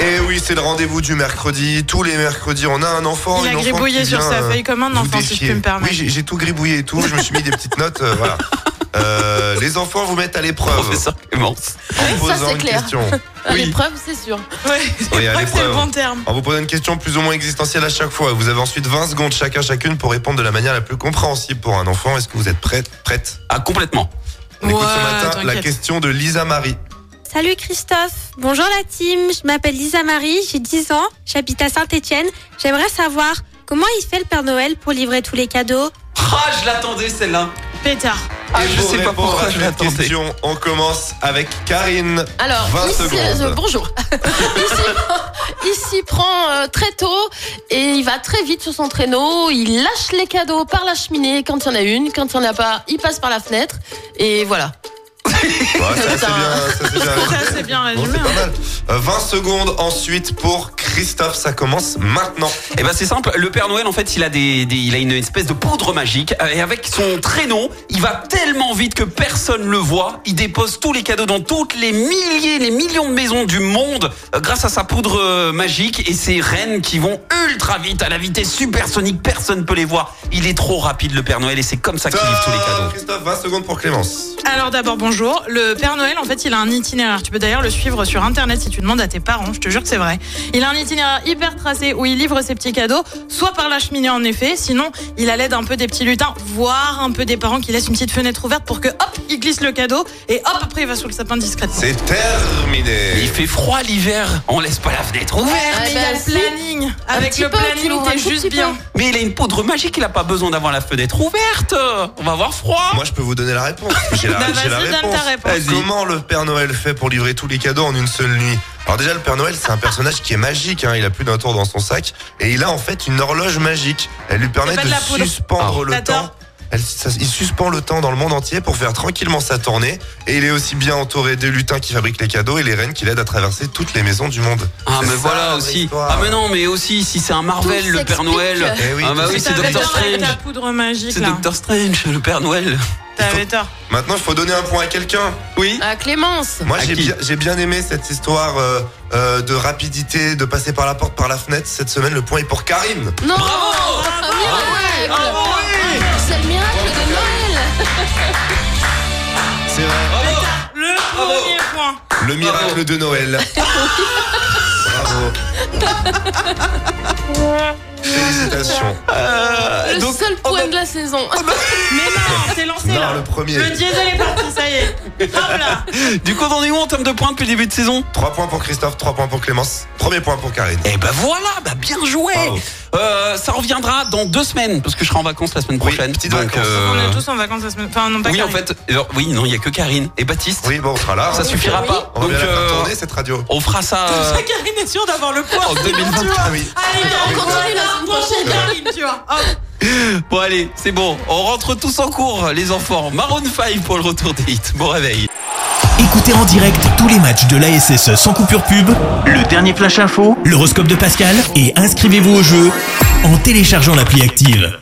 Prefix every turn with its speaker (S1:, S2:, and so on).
S1: Eh c'est le rendez-vous du mercredi. Tous les mercredis, on a un enfant.
S2: Il a
S1: une enfant qui
S2: gribouillé sur
S1: vient,
S2: sa
S1: euh,
S2: feuille comme un
S1: vous
S2: enfant, si je
S1: défier.
S2: peux me
S1: Oui,
S2: permettre.
S1: j'ai- j'ai tout gribouillé et tout. Je me suis mis des petites notes. euh, voilà. Euh, les enfants vous mettent à l'épreuve
S3: Professeur Clémence.
S1: en vous
S4: ça,
S1: posant
S4: c'est
S1: une
S4: clair.
S1: question.
S4: À
S3: Oui.
S4: L'épreuve, c'est sûr.
S2: Ouais,
S1: Oui, à
S2: je crois que c'est le
S1: l'épreuve.
S2: bon terme.
S1: On vous pose une question plus ou moins existentielle à chaque fois. Vous avez ensuite 20 secondes chacun chacune pour répondre de la manière la plus compréhensible pour un enfant. Est-ce que vous êtes prête Prête
S3: Ah, complètement.
S1: On écoute
S2: Ouais,
S1: ce matin la
S2: t'inquiète.
S1: question de Lisa Marie.
S5: Salut Christophe, bonjour la team, je m'appelle Lisa Marie, j'ai 10 ans, j'habite à Saint-Étienne. J'aimerais savoir comment il fait le Père Noël pour livrer tous les cadeaux.
S3: Ah, je l'attendais celle-là.
S2: Pétard.
S3: Ah,
S1: Et
S3: je
S1: pour
S3: sais pas
S1: répondre
S3: pourquoi
S1: à
S3: je
S1: cette
S3: l'attendais.
S1: question, on commence avec Karine.
S4: Alors,
S1: 20
S4: ici,
S1: secondes.
S4: euh, bonjour. ici, ici prend euh, très tôt et il va très vite sur son traîneau. Il lâche les cadeaux par la cheminée quand il y en a une. Quand il n'y en a pas, il passe par la fenêtre. Et voilà.
S1: Ouais, Bah, ça, c'est
S4: Putain.
S1: bien, ça, c'est bien.
S2: Ça, c'est bien
S1: Bon,
S2: résumé.
S1: c'est pas
S2: hein.
S1: mal. Euh, 20 secondes ensuite pour Christophe. Ça commence maintenant.
S3: Eh ben c'est simple, le Père Noël en fait il a des, des- il a une espèce de poudre magique euh, et avec son traîneau il va tellement vite que personne le voit. Il dépose tous les cadeaux dans toutes les milliers, les millions de maisons du monde euh, grâce à sa poudre euh, magique et ses rennes qui vont ultra vite à la vitesse supersonique. Personne peut les voir. Il est trop rapide le Père Noël et c'est comme ça qu'il livre tous les cadeaux.
S1: Christophe, 20 secondes pour Clémence.
S2: Alors d'abord bonjour. Le Père Noël en fait il a un itinéraire. Tu peux d'ailleurs le suivre sur internet si tu demandes à tes parents. Je te jure que c'est vrai. Il a un itinéraire hyper tracé où il livre ses petits cadeaux, soit par la cheminée en effet, sinon il a l'aide un peu des petits lutins, voire un peu des parents qui laissent une petite fenêtre ouverte pour que hop il glisse le cadeau et hop après il va sous le sapin discrètement.
S1: C'est terminé.
S3: Il fait froid l'hiver, on laisse pas la fenêtre ouverte.
S2: Ouvert, mais
S4: Eh
S2: il y a
S4: ben,
S2: le
S4: si.
S2: planning. Avec
S4: petit
S2: le
S4: peu, tu
S2: planning
S4: l'ouvres un
S2: t'es
S4: tout
S2: juste
S4: petit
S2: bien.
S3: Mais il a une poudre magique, il a pas besoin d'avoir la fenêtre ouverte. On va avoir froid.
S1: Moi, je peux vous donner la réponse. J'ai la,
S2: Bah,
S1: j'ai la
S2: vas-y, donne
S1: réponse.
S2: ta réponse.
S3: Vas-y.
S1: Comment le Père Noël fait pour livrer tous les cadeaux en une seule nuit Alors déjà, le Père Noël, c'est un personnage qui est magique. hein. Il a plus d'un tour dans son sac. Et il a en fait une horloge magique. Elle lui permet
S2: pas
S1: de,
S2: de la poudre.
S1: suspendre
S2: Ah.
S1: le
S2: T'as
S1: temps.
S2: tort.
S1: Elle- ça- il suspend le temps dans le monde entier pour faire tranquillement sa tournée. Et il est aussi bien entouré des lutins qui fabriquent les cadeaux et les reines qui l'aident à traverser toutes les maisons du monde.
S3: Ah
S1: C'est
S3: mais
S1: ça,
S3: voilà
S1: la
S3: aussi.
S1: histoire.
S3: Ah mais non mais aussi si c'est un Marvel
S4: Tout
S3: le Père
S4: s'explique.
S3: Noël.
S1: Eh oui,
S3: ah bah
S1: tout
S3: oui
S1: ça.
S3: c'est
S2: T'avais
S3: Doctor
S2: tort avec ta
S3: Strange.
S2: poudre magique
S3: C'est
S2: là.
S3: Doctor Strange le Père Noël.
S2: T'avais tort.
S1: Maintenant, il faut donner un point à quelqu'un.
S2: Ah,
S3: Oui.
S4: À Clémence.
S1: Moi,
S3: À
S1: j'ai
S3: qui
S1: bien, j'ai bien aimé cette histoire euh, euh, de rapidité, de passer par la porte, par la fenêtre. Cette semaine, le point est pour Karine.
S4: Non
S3: Bravo.
S4: Un miracle.
S3: Bravo, oui.
S4: C'est le miracle de Noël
S1: C'est vrai.
S3: Bravo.
S2: Le
S3: Bravo.
S2: premier point.
S1: Le miracle
S3: Bravo.
S1: de Noël. Bravo. Félicitations.
S4: Le
S3: Euh, donc
S4: seul
S3: on
S4: point
S3: a-
S4: de la saison.
S2: Mais non, c'est Ah, lancé
S1: Non,
S2: là.
S1: le premier.
S2: Le diesel est parti, ça y est. Hop là.
S3: du coup on en est où en termes de points depuis le début de saison
S1: 3 points pour Christophe, 3 points pour Clémence. Premier point pour Karine.
S3: Eh ben voilà bah bien joué.
S1: Bravo.
S3: Euh, ça reviendra dans deux semaines parce que je serai en vacances la semaine
S1: Oui,
S3: prochaine.
S1: petites
S3: Donc,
S1: vacances.
S3: euh,
S2: On est tous en vacances la semaine. Enfin, non, pas
S3: Oui en
S2: Karine.
S3: fait alors, oui non il y a que Karine et Baptiste.
S1: Oui, bon, on sera là.
S3: Ça suffira pas.
S1: On va
S3: Donc
S1: bien la faire
S3: euh,
S1: tourner, cette radio.
S3: on fera ça euh,
S2: Ça, Karine est sûre d'avoir le poids.
S3: en 2020.
S1: Ah oui.
S2: Allez,
S4: On continue la semaine prochaine.
S2: Karine, tu vois. Hop.
S3: Bon allez, c'est bon, on rentre tous en cours, les enfants. Maroon 5 pour le retour des hits. Bon réveil.
S6: Écoutez en direct tous les matchs de l'ASSE sans coupure pub,
S7: Le dernier flash info
S6: l'horoscope de Pascal et inscrivez-vous au jeu en téléchargeant l'appli active.